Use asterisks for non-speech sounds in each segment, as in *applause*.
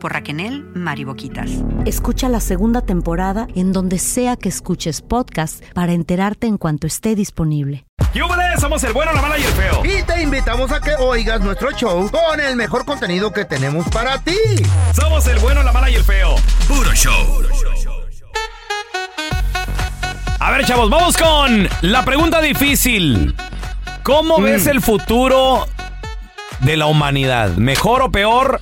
por Raquenel Mariboquitas. Escucha la segunda temporada en donde sea que escuches podcast para enterarte en cuanto esté disponible. ¡Yúbales! Somos el bueno, la mala y el feo. Y te invitamos a que oigas nuestro show con el mejor contenido que tenemos para ti. Somos el bueno, la mala y el feo. Puro show. A ver, chavos, vamos con la pregunta difícil. Mm. ¿Cómo ves el futuro de la humanidad? ¿Mejor o peor?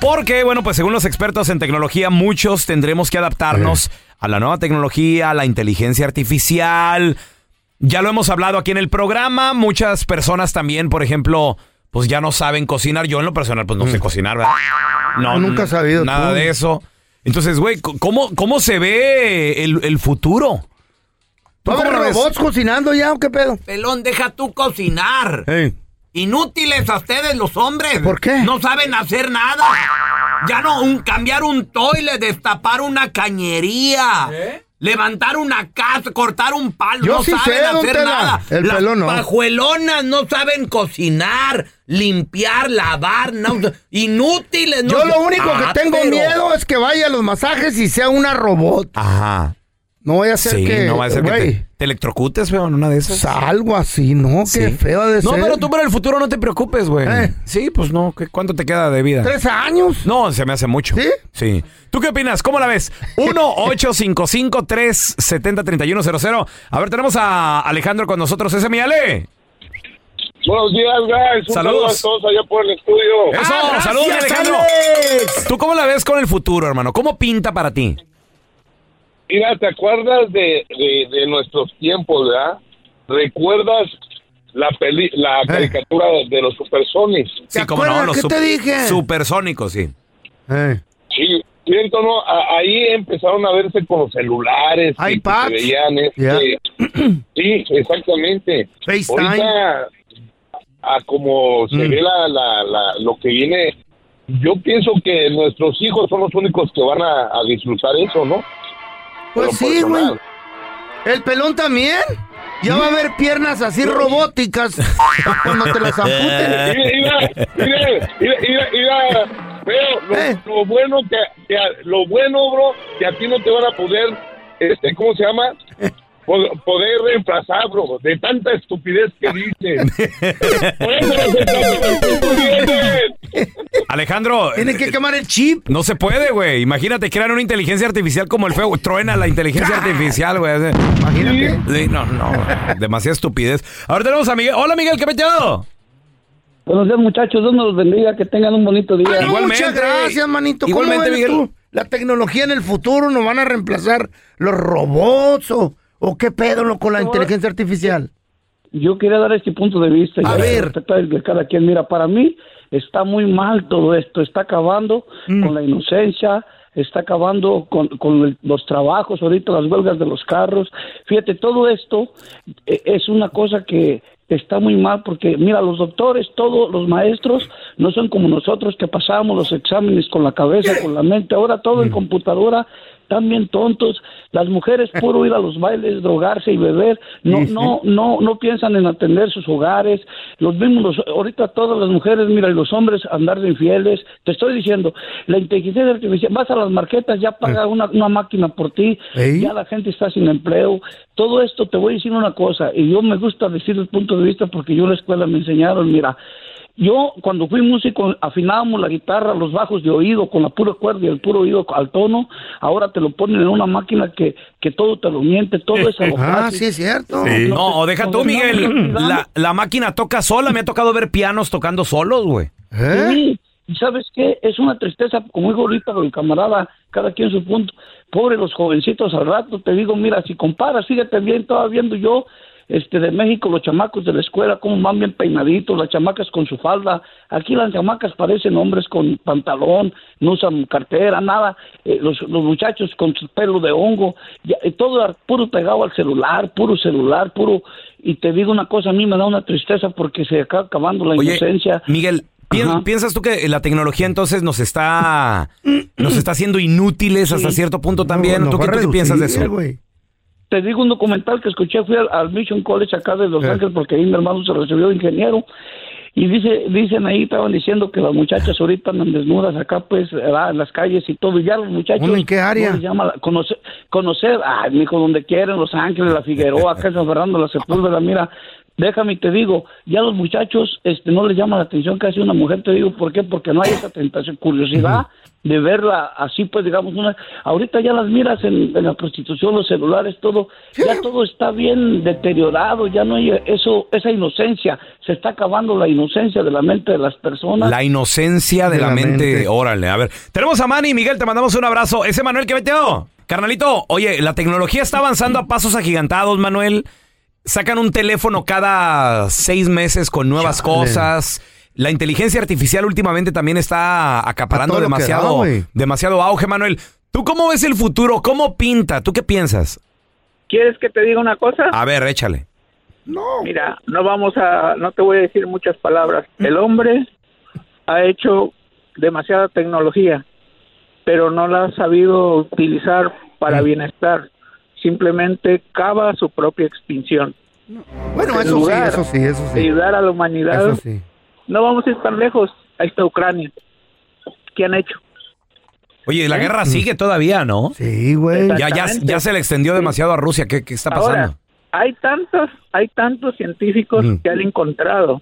Porque, bueno, pues según los expertos en tecnología, muchos tendremos que adaptarnos a la nueva tecnología, a la inteligencia artificial. Ya lo hemos hablado aquí en el programa. Muchas personas también, por ejemplo, pues ya no saben cocinar. Yo en lo personal, pues no sé cocinar, ¿verdad? No, Mm. Ah, nunca he sabido, Nada tú. de eso. Entonces, güey, ¿cómo, ¿cómo se ve el, el futuro? ¿Va a haber cómo lo ves? robots cocinando ya o qué pedo? Pelón, deja tú cocinar. Inútiles a ustedes los hombres. ¿Por qué? No saben hacer nada. Ya no, un, cambiar un toile, destapar una cañería. ¿Eh? Levantar una casa, cortar un palo, Yo no sí saben sé, don hacer Tela. nada. El Las pelón no. pajuelonas no saben cocinar, limpiar, lavar, no, inútiles. no Yo sé- lo único Ah, que tengo pero- miedo es que vaya a los masajes y sea una robot. Ajá. No voy a hacer sí, que, no va a ser que güey, te, te electrocutes, feo, en una de esas. salgo así, ¿no? Qué Sí. feo de No, ser. pero tú para el futuro no te preocupes, güey. Eh. Sí, pues no. ¿qué- ¿Cuánto te queda de vida? ¿Tres años? No, se me hace mucho. ¿Sí? Sí. ¿Tú qué opinas? ¿Cómo la ves? 1-855-370-3100. A ver, tenemos a Alejandro con nosotros. Ese es mi Ale. Buenos días, guys. Un Saludos. saludo a todos allá por el estudio. Eso, Ah, saludos, mi Alejandro. ¿Tú cómo la ves con el futuro, hermano? ¿Cómo pinta para ti? Mira, ¿te acuerdas de, de, de nuestros tiempos, verdad? ¿Recuerdas la peli, la caricatura de, de los supersonics? Sí, Eh. ¿Te cómo acuerdas? los ¿Qué sup- te dije? Supersónicos, sí. Eh. Sí, siento, ¿no? A- ahí empezaron a verse con los celulares. y que iPads. se veían este- *clears throat* Sí, exactamente. FaceTime. Ahorita, a como se ve la, la- la- lo que viene, yo pienso que nuestros hijos son los únicos que van a, a disfrutar eso, ¿no? Pues Pero sí, güey. personal. ¿El pelón también? Ya va a haber piernas así robóticas cuando te *laughs* las amputen. Mira, mira, mira, mira, mira, pero lo, Eh. lo bueno que, que a- lo bueno, bro, que a ti no te van a poder, este, ¿cómo se llama? Po- Poder reemplazar, bro, de tanta estupidez que dices. Por eso no se trata de estupidez. Alejandro. eh, Tienen que quemar el chip. No se puede, güey. Imagínate crear una inteligencia artificial como el feo. Truena la inteligencia artificial, güey. ¡Ah! Imagínate. Sí, no, no. Demasiada estupidez. Ahora tenemos a Miguel. Hola, Miguel, ¿qué ha Buenos días, muchachos. Dios nos los bendiga. Que tengan un bonito día. Ah, no, Muchas gracias, manito. ¿Cómo Igualmente, ves Miguel. tú? La tecnología en el futuro nos van a reemplazar los robots o, o qué pedo lo- con la inteligencia artificial. Yo quería dar este punto de vista. A ver. el que cada quien mira. Para mí está muy mal todo esto. Está acabando con la inocencia, está acabando con, con el- los trabajos, ahorita las huelgas de los carros. Fíjate, todo esto eh, es una cosa que está muy mal porque, mira, los doctores, todos los maestros no son como nosotros que pasábamos los exámenes con la cabeza, con la mente. Ahora todo en computadora. También tontos, las mujeres puro ir a los bailes, drogarse y beber, no, Sí, sí. no, no, no piensan en atender sus hogares, los mismos, los- ahorita todas las mujeres, mira, y los hombres andar de infieles, te estoy diciendo, la inteligencia artificial, vas a las marquetas, ya paga una, una máquina por ti, Eh. Ey. ya la gente está sin empleo, todo esto te voy a decir una cosa, y yo me gusta decir el punto de vista porque yo en la escuela me enseñaron, mira, yo cuando fui músico afinábamos la guitarra, los bajos de oído con la pura cuerda y el puro oído al tono. Ahora te lo ponen en una máquina que, que todo te lo miente, todo es a lo Ah, fácil. sí, es cierto. No, o deja tú, Miguel. La, la máquina toca sola. Me ha tocado ver pianos tocando solos, güey. Sí, y sabes qué, es una tristeza, como dijo ahorita el camarada, cada quien su punto. Pobre los jovencitos al rato, te digo, mira, si comparas, fíjate bien, estaba viendo yo este de México los chamacos de la escuela, cómo van bien peinaditos, las chamacas con su falda. Aquí las chamacas parecen hombres con pantalón, no usan cartera, nada. Eh, los, los muchachos con su pelo de hongo, ya, eh, todo ar- puro pegado al celular, puro celular, puro... Y te digo una cosa, a mí me da una tristeza porque se acaba acabando la Oye, inocencia. Miguel, ¿pien- ¿piensas tú que la tecnología entonces nos está nos está haciendo inútiles hasta cierto punto también? nos ¿Tú, va qué, tú a qué reducir, piensas de eso? güey. Te digo un documental que escuché, fui al, al Mission College acá de Los Ángeles porque ahí mi hermano se recibió de ingeniero y dice, dicen ahí, estaban diciendo que las muchachas ahorita andan desnudas acá pues ¿verdad? en las calles y todo, y ya los muchachos... Bueno, ¿en qué área? no les llama la- conocer, conocer, ay, mijo, donde quieren, Los Ángeles, la Figueroa, acá en San Fernando, la Sepúlveda, mira, déjame y te digo, ya los muchachos este no les llama la atención casi una mujer, te digo, ¿por qué? Porque no hay esa tentación, curiosidad de verla así, pues digamos, una ahorita ya las miras en, en la prostitución, los celulares, todo, ya todo está bien deteriorado, ya no hay eso, esa inocencia, se está acabando la inocencia de la mente de las personas. La inocencia de, la, mente. Órale, a ver. Tenemos a Manny. Miguel, te mandamos un abrazo. Ese Manuel que veteo. Carnalito, oye, la tecnología está avanzando a pasos agigantados, Manuel. Sacan un teléfono cada seis meses con nuevas cosas. La inteligencia artificial últimamente también está acaparando A todo lo que da, demasiado, güey. demasiado auge, Manuel. ¿Tú cómo ves el futuro? ¿Cómo pinta? ¿Tú qué piensas? ¿Quieres que te diga una cosa? A ver, échale. Mira, no vamos a, no te voy a decir muchas palabras. El hombre ha hecho demasiada tecnología, pero no la ha sabido utilizar Mm. para bienestar. Simplemente cava su propia extinción. Bueno, En eso sí, lugar eso sí, eso sí. de ayudar a la humanidad. Eso sí. No vamos a ir tan lejos. Ahí está Ucrania. ¿Qué han hecho? Oye, la ¿Eh? guerra sigue todavía, ¿no? Sí, güey. Ya, ya, Exactamente. ya se le extendió demasiado a Rusia. ¿Qué, qué está pasando? Ahora, hay tantos, hay tantos científicos que han encontrado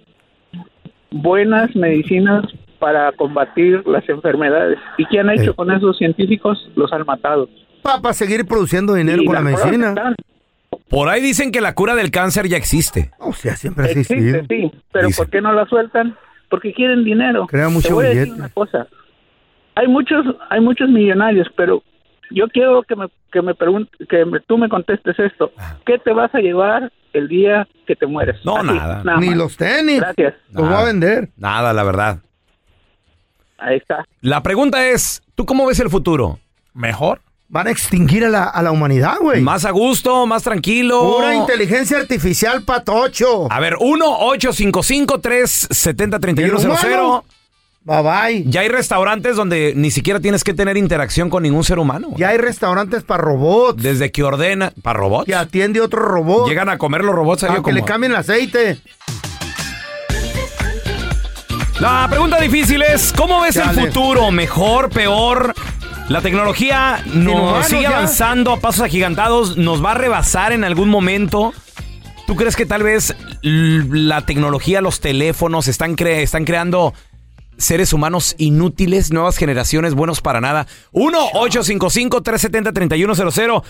buenas medicinas para combatir las enfermedades. ¿Y qué han hecho Eh. con esos científicos? Los han matado. Para seguir produciendo dinero Y con la la prueba medicina. está. Por ahí dicen que la cura del cáncer ya existe. O sea, siempre ha Existe, existido. sí, pero Dice. ¿por qué no la sueltan? Porque quieren dinero. Crea Te mucho voy a decir billete. una cosa. Hay muchos, hay muchos millonarios, pero yo quiero que me, que me pregun- que me- tú me contestes esto. Ah. ¿Qué te vas a llevar el día que te mueres? No, Así, nada. nada Ni más. los tenis. Gracias. Los voy a vender. Nada, la verdad. Ahí está. La pregunta es, ¿tú cómo ves el futuro? ¿Mejor? Van a extinguir a la, a la humanidad, güey. ¿Más a gusto? ¿Más tranquilo? Pura inteligencia artificial, patocho. A ver, 1-855-370-3100. humano? Bye bye. Ya hay restaurantes donde ni siquiera tienes que tener interacción con ningún ser humano. Ya hay restaurantes para robots. Desde que ordena... ¿Para robots? Que atiende otro robot. Llegan a comer los robots ahí Aunque como- le cambien el aceite. La pregunta difícil es, ¿cómo ves Chale. el futuro? ¿Mejor, peor? La tecnología humanos, nos sigue ya. avanzando a pasos agigantados, nos va a rebasar en algún momento. ¿Tú crees que tal vez l- la tecnología, los teléfonos están, cre- están creando seres humanos inútiles, nuevas generaciones, buenos para nada? 1-855-370-3100.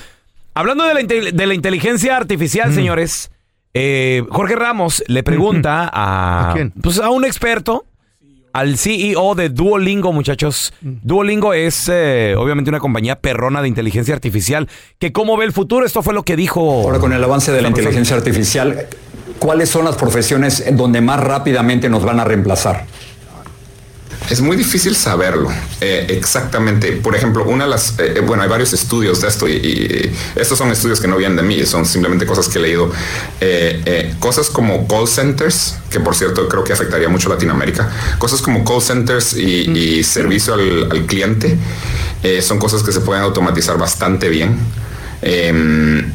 Hablando de la, inte- de la inteligencia artificial, señores, Eh, Jorge Ramos le pregunta a, Pues a un experto, al CEO de Duolingo, muchachos. Duolingo es eh, obviamente una compañía perrona de inteligencia artificial que cómo ve el futuro. Esto fue lo que dijo. Ahora, con el avance de la inteligencia artificial, ¿cuáles son las profesiones en donde más rápidamente nos van a reemplazar? Es muy difícil saberlo eh, exactamente. Por ejemplo, una de las, eh, bueno, hay varios estudios de esto y, y, estos son estudios que no vienen de mí, son simplemente cosas que he leído. Eh, cosas como call centers, que por cierto creo que afectaría mucho a Latinoamérica, cosas como call centers y, y servicio al, al cliente, eh, son cosas que se pueden automatizar bastante bien. Em,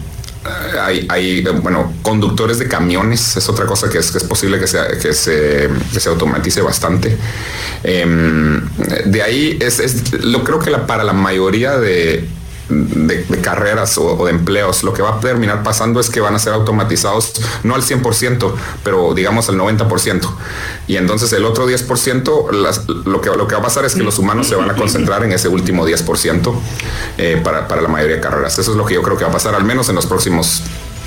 hay, hay, bueno, conductores de camiones es otra cosa que es, que es posible que, sea, que, se, que se automatice bastante. Em, de ahí es, es- lo creo que la, para la mayoría de, de- de carreras o, o de empleos, lo que va a terminar pasando es que van a ser automatizados, no al 100%, pero digamos al 90%. Y entonces el otro 10%, las- lo, que, lo que va a pasar es que los humanos se van a concentrar en ese último 10% eh, para, para la mayoría de carreras. Eso es lo que yo creo que va a pasar, al menos en los próximos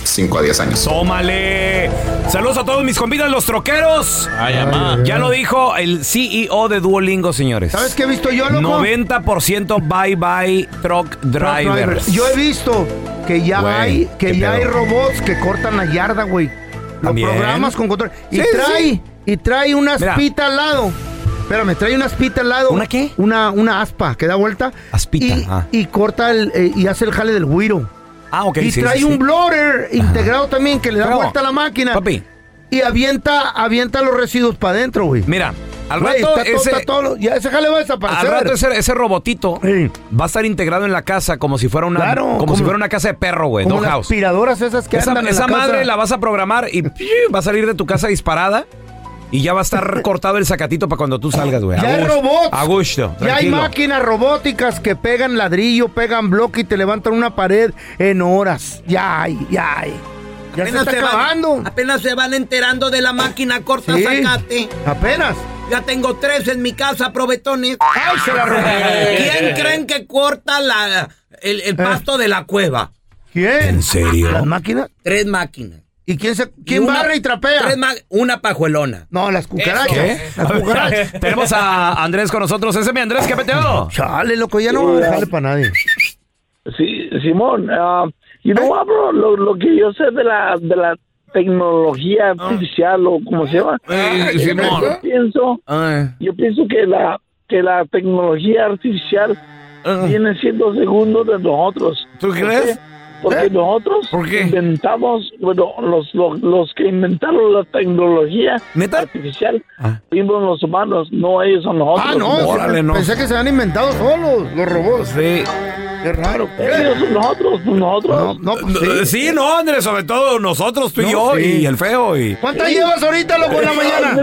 5 a 10 años. ¡Tómale! Saludos a todos mis compitas, los troqueros. ama. Ya lo dijo el CEO de Duolingo, señores. ¿Sabes qué he visto yo, loco? 90% bye bye truck drivers. Yo he visto que ya Güey, hay que qué ya pedo. hay robots que cortan la yarda, güey. Los También. programas con control. Y Sí, trae, sí. y trae una Mira. aspita al lado. Espérame, trae una aspita al lado. ¿Una qué? Una, una aspa que da vuelta. Aspita. Y, ah. y corta el, eh, y hace el jale del güiro. Ah, ok, Y sí, trae sí, sí. un blower integrado también que le da Pero, vuelta a la máquina. papi. Y avienta, avienta los residuos para adentro, güey. Mira, al Güey, rato está todo- ese- está todo- ya ese jale va a Al desaparecer. rato ese, ese robotito va a estar integrado en la casa como si fuera una Claro, como, como- si fuera una casa de perro, güey, Como dog las house. aspiradoras esas que Esa, andan en esa la casa. madre la vas a programar y ¡piu! va a salir de tu casa disparada y ya va a *laughs* estar cortado el sacatito para cuando tú salgas, güey. Ya A hay gusto, robots. A gusto, Ya hay tranquilo. máquinas robóticas que pegan ladrillo, pegan bloque y te levantan una pared en horas. Ya hay, ya hay. Ya se Apenas está se van- acabando. apenas se van enterando de la máquina corta Sí. sacate. Apenas. Ya tengo tres en mi casa, probetones. ¡Ay, se la robé! *laughs* ¿Quién creen que corta la, el, Eh. el pasto de la cueva? ¿Quién? ¿En serio? ¿Las máquinas? Tres máquinas. ¿Y quién se quién barre y trapea? Tres ma- una pajuelona. No, las cucarachas. ¿Qué? Las cucarachas. *laughs* Tenemos a Andrés con nosotros. Ese es mi Andrés, ¿qué peteo? Chale, loco, ya no voy a dejarle para nadie. Sí, Simón, ah, y no hablo lo, lo que yo sé de la, de la tecnología artificial o como se llama. Ah. Eh, Simón. Ah, eh. Yo pienso, yo pienso que la que la tecnología artificial tiene siendo segundos de nosotros. Ah. ¿Tú crees? ¿Eh? Porque nosotros inventamos, bueno, los, los, los que inventaron la tecnología artificial Ah. fuimos los humanos, no ellos a nosotros. Ah, no, pensé que se han inventado solos los robots. Sí. Qué raro. Ellos, nosotros, nosotros. No, pues no, Sí. no, Andrés, sobre todo nosotros, tú y yo, y el feo. Y... ¿Cuántas llevas ahorita, loco, en la mañana?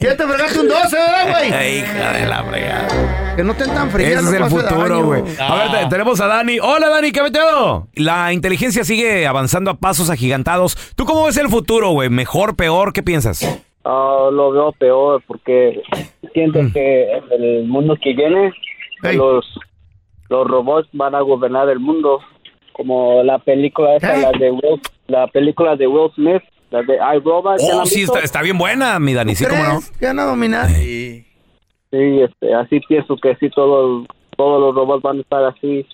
Ya te fregaste un 12, ¿verdad, güey? Hija de la fregada. Que no estén tan Ese frías. es el futuro, güey. A ver, te- tenemos a Dani. Hola, Dani, ¿qué peteo? La inteligencia sigue avanzando a pasos agigantados. ¿Tú cómo ves el futuro, güey? ¿Mejor, peor? ¿Qué piensas? Ah, lo veo peor porque siento Mm. que en el mundo que viene los los robots van a gobernar el mundo como la película esa, la de Will, la película de Will Smith la de I Robot ¿ya la Oh, han sí, visto? está, está bien buena, mi Dani. Sí, cómo no. Ya no dominar. sí este, así pienso que sí todos todos los robots van a estar así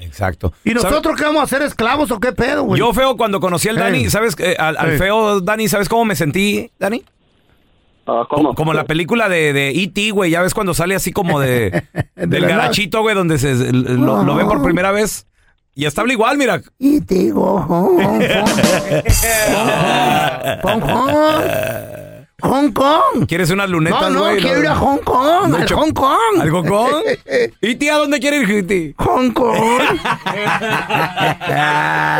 Exacto. ¿Y nosotros qué vamos a hacer esclavos o qué pedo, güey? Yo, feo, cuando conocí al Dani, Eh. ¿sabes? Eh, al, al Eh. feo Dani, ¿sabes cómo me sentí, Dani? Como, como la película de, de E.T., güey. Ya ves cuando sale así como *laughs* de, del la garachito, güey, donde se, lo, Ah. lo ven por primera vez. Y está igual, mira. Y te digo, Hong Hong Kong. Hong Kong. ¿Quieres unas lunetas, No, güey? no, quiero ir a Hong Kong, al Mucho- Hong Kong. ¿Al Hong Kong? ¿Y tía, E dónde quiere ir, Hiti? Hong Kong. *laughs*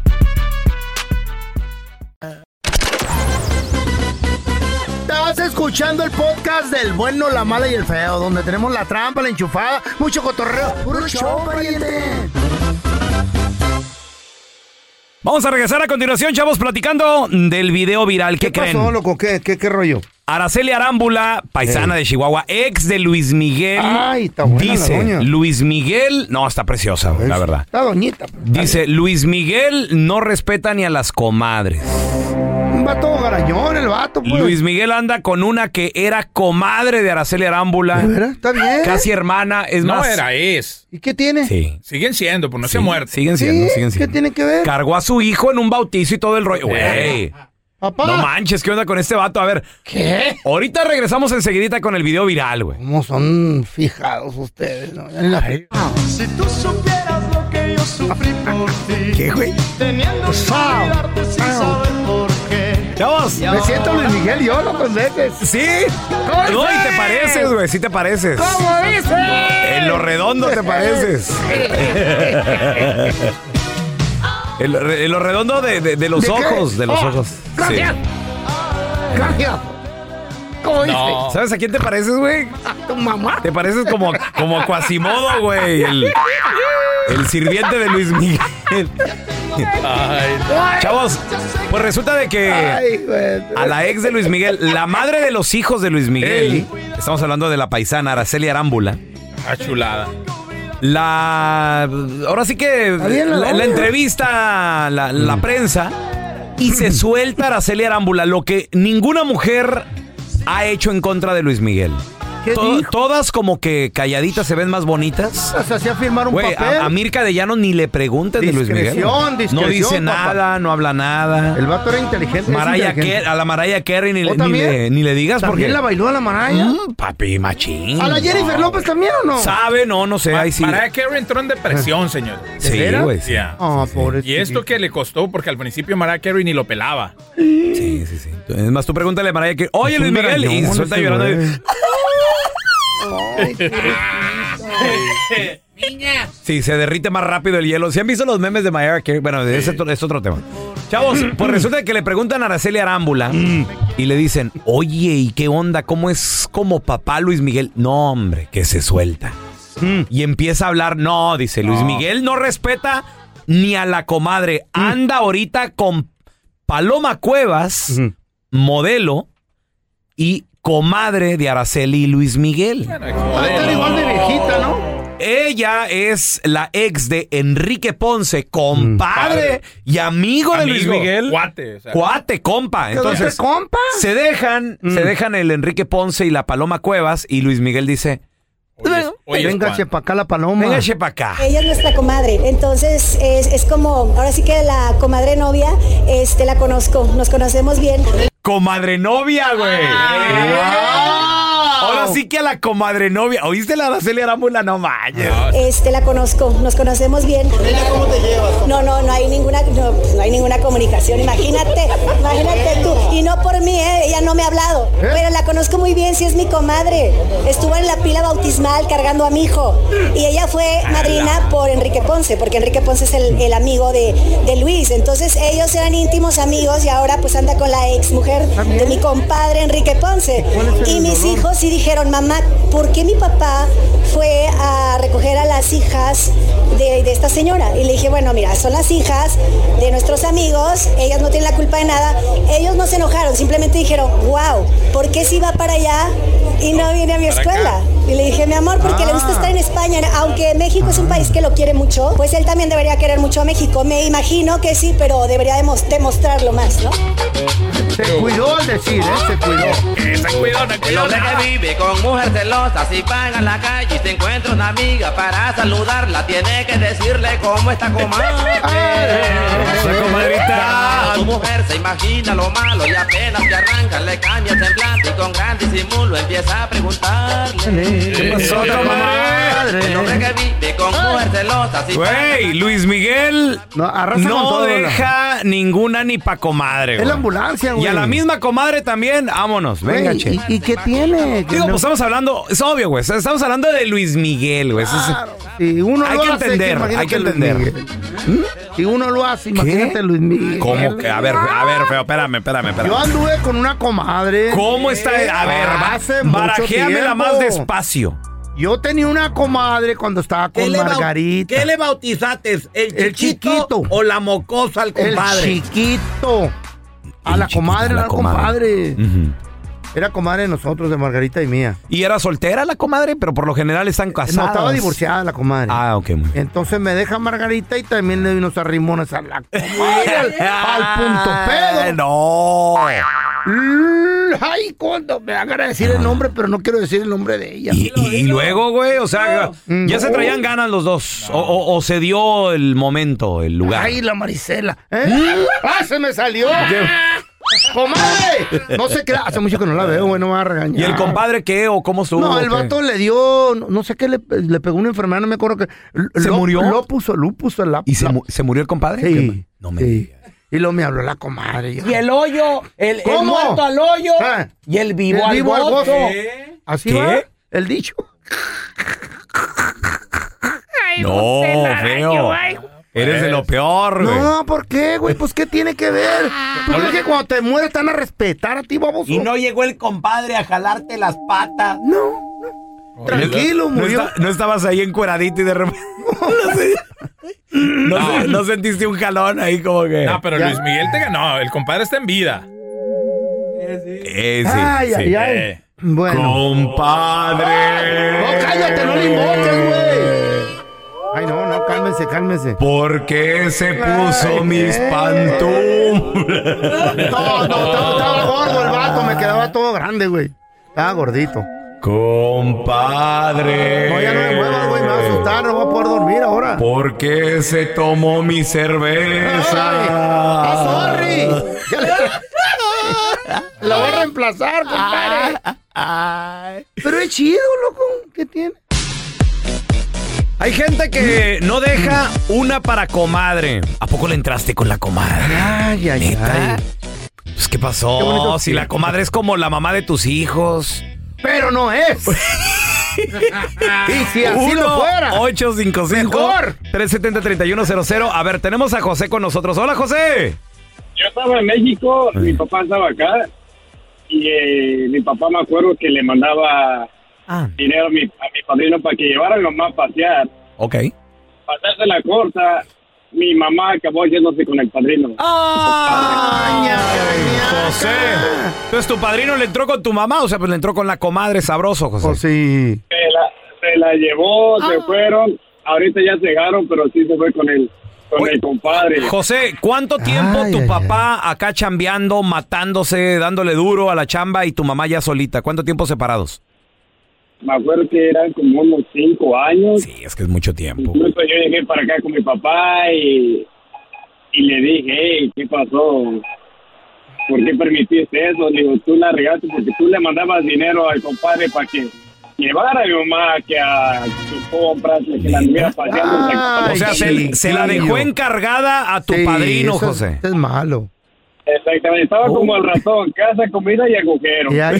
Estás escuchando el podcast del bueno, la mala y el feo, donde tenemos la trampa, la enchufada, mucho cotorreo. ¡Puro show, pariente! Vamos a regresar a continuación, chavos, platicando del video viral. ¿Qué, creen? No, loco, ¿qué, qué, qué rollo? Araceli Arámbula, paisana de Chihuahua, ex de Luis Miguel. Ay, está buena la Dice, doña. Luis Miguel, no, está preciosa, la verdad. Está doñita. pues. Dice, Luis Miguel no respeta ni a las comadres. Un vato garañón, el vato, pues. Luis Miguel anda con una que era comadre de Araceli Arámbula. Está bien. Casi hermana, es no más. era, es. ¿Y qué tiene? Sí. Siguen siendo, pues no se ha muerto. Siguen siendo, siguen siendo. ¿Qué tiene que ver? Cargó a su hijo en un bautizo y todo el rollo. Güey. Papá. No manches, ¿qué onda con este vato? A ver. ¿Qué? Ahorita regresamos enseguidita con el video viral, güey. ¿Cómo son fijados ustedes? no? Ya ni la- Si tú supieras lo que yo sufrí por ti. ¿Qué, güey? Teniendo que Fao. olvidarte sin Fao. saber por qué. Chavos. Y ahora- Me siento Luis Miguel y yo, loco, en veces. Sí. No, y te pareces, güey, sí te pareces. ¿Cómo dice? En lo redondo te *laughs* pareces. En lo, re- en lo redondo de, de- de *laughs* los ¿De qué? ojos, de los Oh, ojos. Sí. Gracias. Gracias. ¿Cómo dice? No. ¿Sabes a quién te pareces, güey? ¿A tu mamá? Te pareces como, como Quasimodo, güey. El, el sirviente de Luis Miguel. Chavos, pues resulta de que Ay, güey. a la ex de Luis Miguel, la madre de los hijos de Luis Miguel, estamos hablando de la paisana Araceli Arámbula. Ah, chulada. La. Ahora sí que. Está bien, la La, doña. la entrevista, la, la Mm. prensa. Y se suelta Araceli Arámbula, lo que ninguna mujer ha hecho en contra de Luis Miguel. To- todas como que calladitas se ven más bonitas. Se hacía firmar un Güey, papel. a, a Mirka de Llano ni le preguntes de Luis Miguel. Discreción, no discreción, dice papá. nada, no habla nada. El vato era inteligente. Mariah es inteligente. Carey- a la Maraya Carey ni, ¿O le- ni también? le, ni le digas ¿También porque. la bailó a la Mariah? Mm, papi, machín. ¿A la Jennifer López también o no? ¿Sabe? No, no sé. Ahí sí. Mariah Carey entró en depresión, señor. Sí, veras? güey, sí. Ya. Ah, pobre Y esto que le costó, porque al principio Mariah Carey ni lo pelaba. Sí, sí, sí. Es más, tú pregúntale a Mariah Carey. Oye, Es Luis un Miguel. Y garañón suelta ese llorando. güey. Sí, se derrite más rápido el hielo. ¿Se han visto los memes de Mariah Carey? Bueno, de ese to- es otro tema. Chavos, pues resulta que le preguntan a Araceli Arámbula y le dicen, oye, ¿y qué onda? ¿Cómo es como papá Luis Miguel? No, hombre, que se suelta. Y empieza a hablar, no, dice Luis No. Miguel, no respeta ni a la comadre. Anda ahorita con Paloma Cuevas, modelo, y comadre de Araceli y Luis Miguel. Era igual de viejita, ¿no? Ella es la ex de Enrique Ponce, compadre y amigo de Luis Mm. Amigo, Miguel. cuate, o sea. Cuate, compa. ¿Qué dónde Entonces, es compa? Se dejan, Mm. se dejan el Enrique Ponce y la Paloma Cuevas y Luis Miguel dice, Véngase para acá la paloma. véngase para acá. Ella es nuestra comadre, entonces es, es como, ahora sí que la comadre novia, este, la conozco, nos conocemos bien. Comadre novia, güey. Ah. Ahora sí que a la comadre novia. ¿Oíste la Araceli Arámbula? No mames. Este, la conozco, nos conocemos bien. cómo te llevas? No, no, no hay ninguna, no, no hay ninguna comunicación, imagínate, imagínate tú. Y no por mí, ¿eh? ella no me ha hablado, pero la conozco muy bien, sí es mi comadre. Estuvo en la pila bautismal cargando a mi hijo. Y ella fue madrina por Enrique Ponce, porque Enrique Ponce es el, el amigo de, de Luis. Entonces ellos eran íntimos amigos y ahora pues anda con la ex mujer de mi compadre Enrique Ponce. Y mis hijos sí dijeron, mamá, ¿por qué mi papá fue a recoger a la las hijas de, de esta señora. Y le dije, bueno, mira, son las hijas de nuestros amigos, ellas no tienen la culpa de nada. Ellos no se enojaron, simplemente dijeron, wow, ¿por qué si va para allá y no viene a mi Para escuela? acá. Y le dije, mi amor, porque le gusta Ah. estar en España, aunque México es un país que lo quiere mucho, pues él también debería querer mucho a México. Me imagino que sí, pero debería demos- demostrarlo más, ¿no? Se cuidó al decir, ¿eh? Se cuidó. Se cuidó, no El hombre que vive con mujer celosa, si paga en la calle y se encuentra una amiga para saludarla, tiene que decirle cómo está comadre. Esa comadrita. Tu mujer se imagina lo malo y apenas te arranca, le cambia el semblante y con gran disimulo empieza a preguntarle. ¿Qué pasó, comadre? El hombre que vive con mujer celosa, si paga en Güey, Luis Miguel no, arrasa con todo, deja ninguna ni pa' comadre. Es güey. la ambulancia, güey. Y a la misma comadre también, vámonos, Güey, venga, che. ¿y, y qué tiene? Digo, pues estamos hablando, es obvio, güey. Estamos hablando de Luis Miguel, güey. Eso es- uno hay lo que hace, entender, imagínate hay que Luis entender. Miguel. ¿eh? Si uno lo hace, imagínate Luis Miguel. ¿Cómo que? A ver, a ver, feo, espérame, espérame, Yo espérame. anduve con una comadre. ¿Cómo está? A ver, va- Hace mucho barajéamela tiempo. más despacio. Yo tenía una comadre cuando estaba ¿Qué con le bau- Margarita. ¿Qué le bautizaste? ¿El, El chiquito, o la mocosa al El compadre? chiquito. A la comadre, la no al compadre. Ujú. Era comadre de nosotros, de Margarita y mía. ¿Y era soltera la comadre? Pero por lo general están casadas. No, estaba divorciada la comadre. Ah, ok, muy bien. Entonces me deja Margarita y también le di unos arrimones a Eh. la comadre, al, al punto pedo. No. Ay, cuando me van a decir el nombre, pero no quiero decir el nombre de ella. Ah. Y, y- y luego, güey, o sea, ya se traían ganas los dos. O, o- o se dio el momento, el lugar. Ay, la Marisela. ¿eh? ¿Mm? ¡Ah, se me salió! ¡Comadre! No se crea. Hace mucho que no la veo, güey, no me va a regañar. ¿Y el compadre qué o cómo estuvo? No, o el qué? vato le dio, no- no sé qué, le, le pegó una enfermedad, no me acuerdo que... ¿Se murió? Lo puso, lo puso la... ¿Y se, mu- se murió el compadre? Sí, No me sí. digas. Y luego me habló la comadre. yo- Y el hoyo, el, el ¿Cómo? muerto al hoyo Ah. y el vivo, El vivo al al gozo. gozo. ¿Así ¿Qué? va? El dicho. No, Oh, feo. Eres de Pues. lo peor, güey. No, ¿por qué, güey? Pues, ¿qué tiene que ver? ¿Tú crees que cuando te mueres te van a respetar a ti, baboso? Y no llegó el compadre a jalarte las patas. No. no, Tranquilo, murió. esta- no estabas ahí encueradito y de repente. *laughs* no, sé. No sé- no sentiste un jalón ahí como que. No, pero Luis Miguel te ganó. El compadre está en vida. Eh, sí, Ay, sí. ay, ay. Eh. Bueno. Compadre. No, cállate, no le invoques, güey. Ay, no, no, cálmense, cálmense. ¿Por qué se puso mis pantuflas? No, no, estaba, estaba gordo el vato, me quedaba todo grande, güey. Estaba gordito. Compadre. No, ya no me muevas, güey, me va a asustar, no voy a poder dormir ahora. ¿Por qué se tomó mi cerveza? ¡Ah, sorry! Ya le- *laughs* La voy a reemplazar, compadre. Pero es chido, loco. ¿Qué tiene? Hay gente que no deja una para comadre. ¿A poco le entraste con la comadre? Ay, ay, ¿Neta? Pues, ¿qué pasó? Qué bonito. si la comadre es como la mamá de tus hijos. Pero no es. Pues, y si así lo fuera. 855 370 3100. A ver, tenemos a José con nosotros. Hola, José. Yo estaba en México, mi papá estaba acá y eh, mi papá me acuerdo que le mandaba dinero a mi, a mi padrino para que llevara a mi mamá a pasear. Ok. Pasarse la corta, mi mamá acabó yéndose con el padrino. José. Entonces tu padrino le entró con tu mamá, o sea, pues le entró con la comadre sabroso, José. sí. Se, la, se la llevó, se fueron, ahorita ya llegaron, pero sí se fue con el, con el compadre. José, ¿cuánto tiempo tu papá acá chambeando, matándose, dándole duro a la chamba y tu mamá ya solita? ¿Cuánto tiempo separados? Me acuerdo que eran como unos cinco años. Sí, es que es mucho tiempo. Incluso yo llegué para acá con mi papá y, y le dije, hey, ¿qué pasó? ¿Por qué permitiste eso? Le digo, tú la regaste porque tú le mandabas dinero al compadre para que llevara a mi mamá que a sus compras, que la anduviera paseando. Ah. o sea, se, se la dejó encargada a tu padrino, eso es- José. eso Es, malo. *laughs* Exactamente, estaba como el ratón, casa, comida y agujero. Y ahí-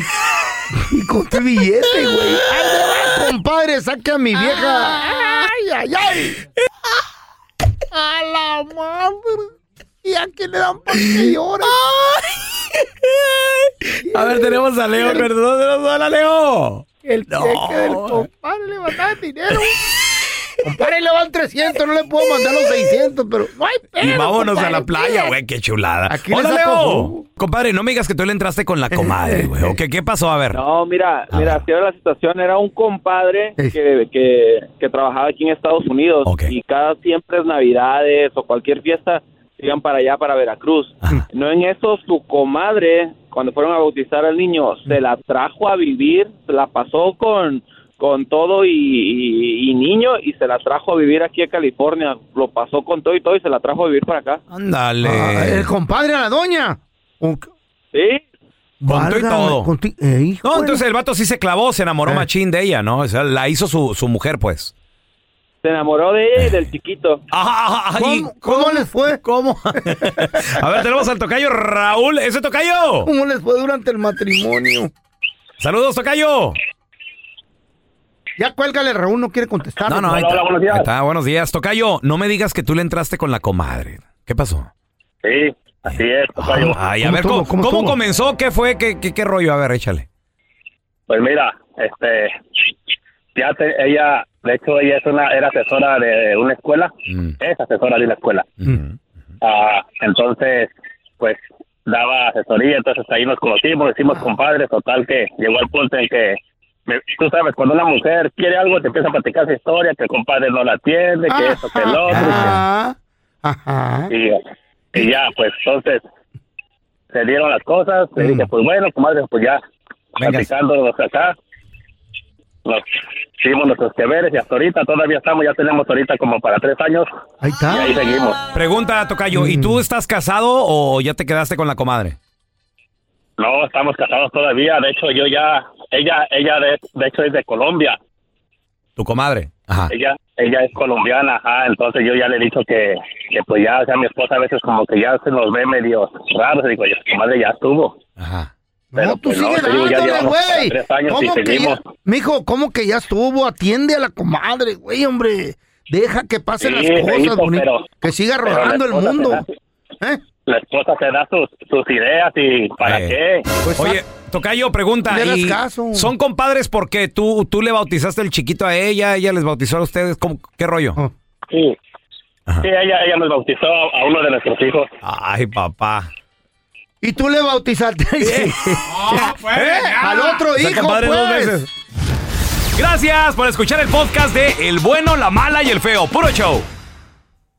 y con tu billete, güey. Ande, va, Compadre, saque a mi vieja. Ay, ay, ay. A la madre. ¿Y a quién le dan para que llore? A ver, tenemos a Leo. Perdón, hola, Leo. El No. cheque del compadre le mandaba dinero. *laughs* Compadre, le van 300, no le puedo mandar los 600, pero no hay pedo. Y vámonos compadre, a la playa, ¿qué? güey, qué chulada. le Hola, saco Leo. Compadre, no me digas que tú le entraste con la comadre, güey. ¿O qué, qué pasó? A *laughs* ver. No, mira, mira, así era la situación. Era un compadre que, que, que trabajaba aquí en este, Estados Unidos y cada siempre es Navidades o cualquier fiesta iban para allá, para Veracruz. No en eso, su comadre, cuando fueron a bautizar al niño, se la trajo a vivir, se la pasó con con todo y, y- y niño y se la trajo a vivir aquí a California. Lo pasó con todo y todo y se la trajo a vivir para acá. Ándale. Ah, el compadre a la doña. Con Sí, todo y todo. No, entonces el vato sí se clavó, se enamoró machín de ella, ¿no? O sea, la hizo su, su mujer, pues. se enamoró de ella y del chiquito. ¿Cómo, ¿Cómo les fue? ¿Cómo? A ver, tenemos al tocayo Raúl. ¡Ese tocayo! ¿Cómo les fue durante el matrimonio? ¡Saludos, tocayo! Ya cuélgale, Raúl no quiere contestar. No, no, ahí está. Ahí está, buenos días. Tocayo, no me digas que tú le entraste con la comadre. ¿Qué pasó? Sí, así es, tocayo. Ah, Ay, a ver, ¿cómo, cómo comenzó? ¿Qué fue? ¿Qué, qué, qué rollo? A ver, échale. Pues mira, este, ya te- ella, de hecho, ella es una, era asesora de una escuela, Mm, es asesora de una escuela. Ah, entonces, pues, daba asesoría, entonces ahí nos conocimos, hicimos compadres, total que llegó al punto en que, me- tú sabes, cuando una mujer quiere algo, te empieza a platicar su historia, que el compadre no la atiende, que Ah, eso, que lo otro. que- Y, y ya, pues entonces se dieron las cosas. Le dije, pues bueno, comadre, pues ya, platicándonos acá. Nos hicimos nuestros que veres y hasta ahorita todavía estamos, ya tenemos ahorita como para tres años. Ahí está. Y ahí seguimos. Pregunta, tocayo, ¿y tú estás casado o ya te quedaste con la comadre? No, estamos casados todavía. De hecho, yo ya, ella, ella de, de hecho es de Colombia. ¿Tu comadre? Ajá. Ella, ella es colombiana, ajá. Entonces yo ya le he dicho que, que pues ya, o sea, mi esposa a veces como que ya se nos ve medio raros. Digo, yo, comadre, ya estuvo. Ajá. Pero, Tú pues, no, sigue te digo, ya dándole, llevamos para güey. tres años y ¿Cómo que ya? seguimos. Mijo, ¿cómo que ya estuvo? Atiende a la comadre, güey, hombre. Deja que pasen Sí, las cosas, feíto, bonito. pero- que siga pero la rodando el esposa mundo. ¿Eh? La esposa se da sus, sus ideas y ¿para qué? Eh. Pues Oye, tocayo, pregunta. Le das ¿y caso. ¿Son compadres porque tú, tú le bautizaste el chiquito a ella, ella les bautizó a ustedes? ¿Cómo- ¿Qué rollo? Sí. Sí, ella, ella nos bautizó a uno de nuestros hijos. Ay, papá. Y tú le *laughs* bautizaste *laughs* ¿Eh? al otro O sea, hijo, compadre, dos pues. veces. Gracias por escuchar el podcast de El Bueno, La Mala y El Feo. Puro show.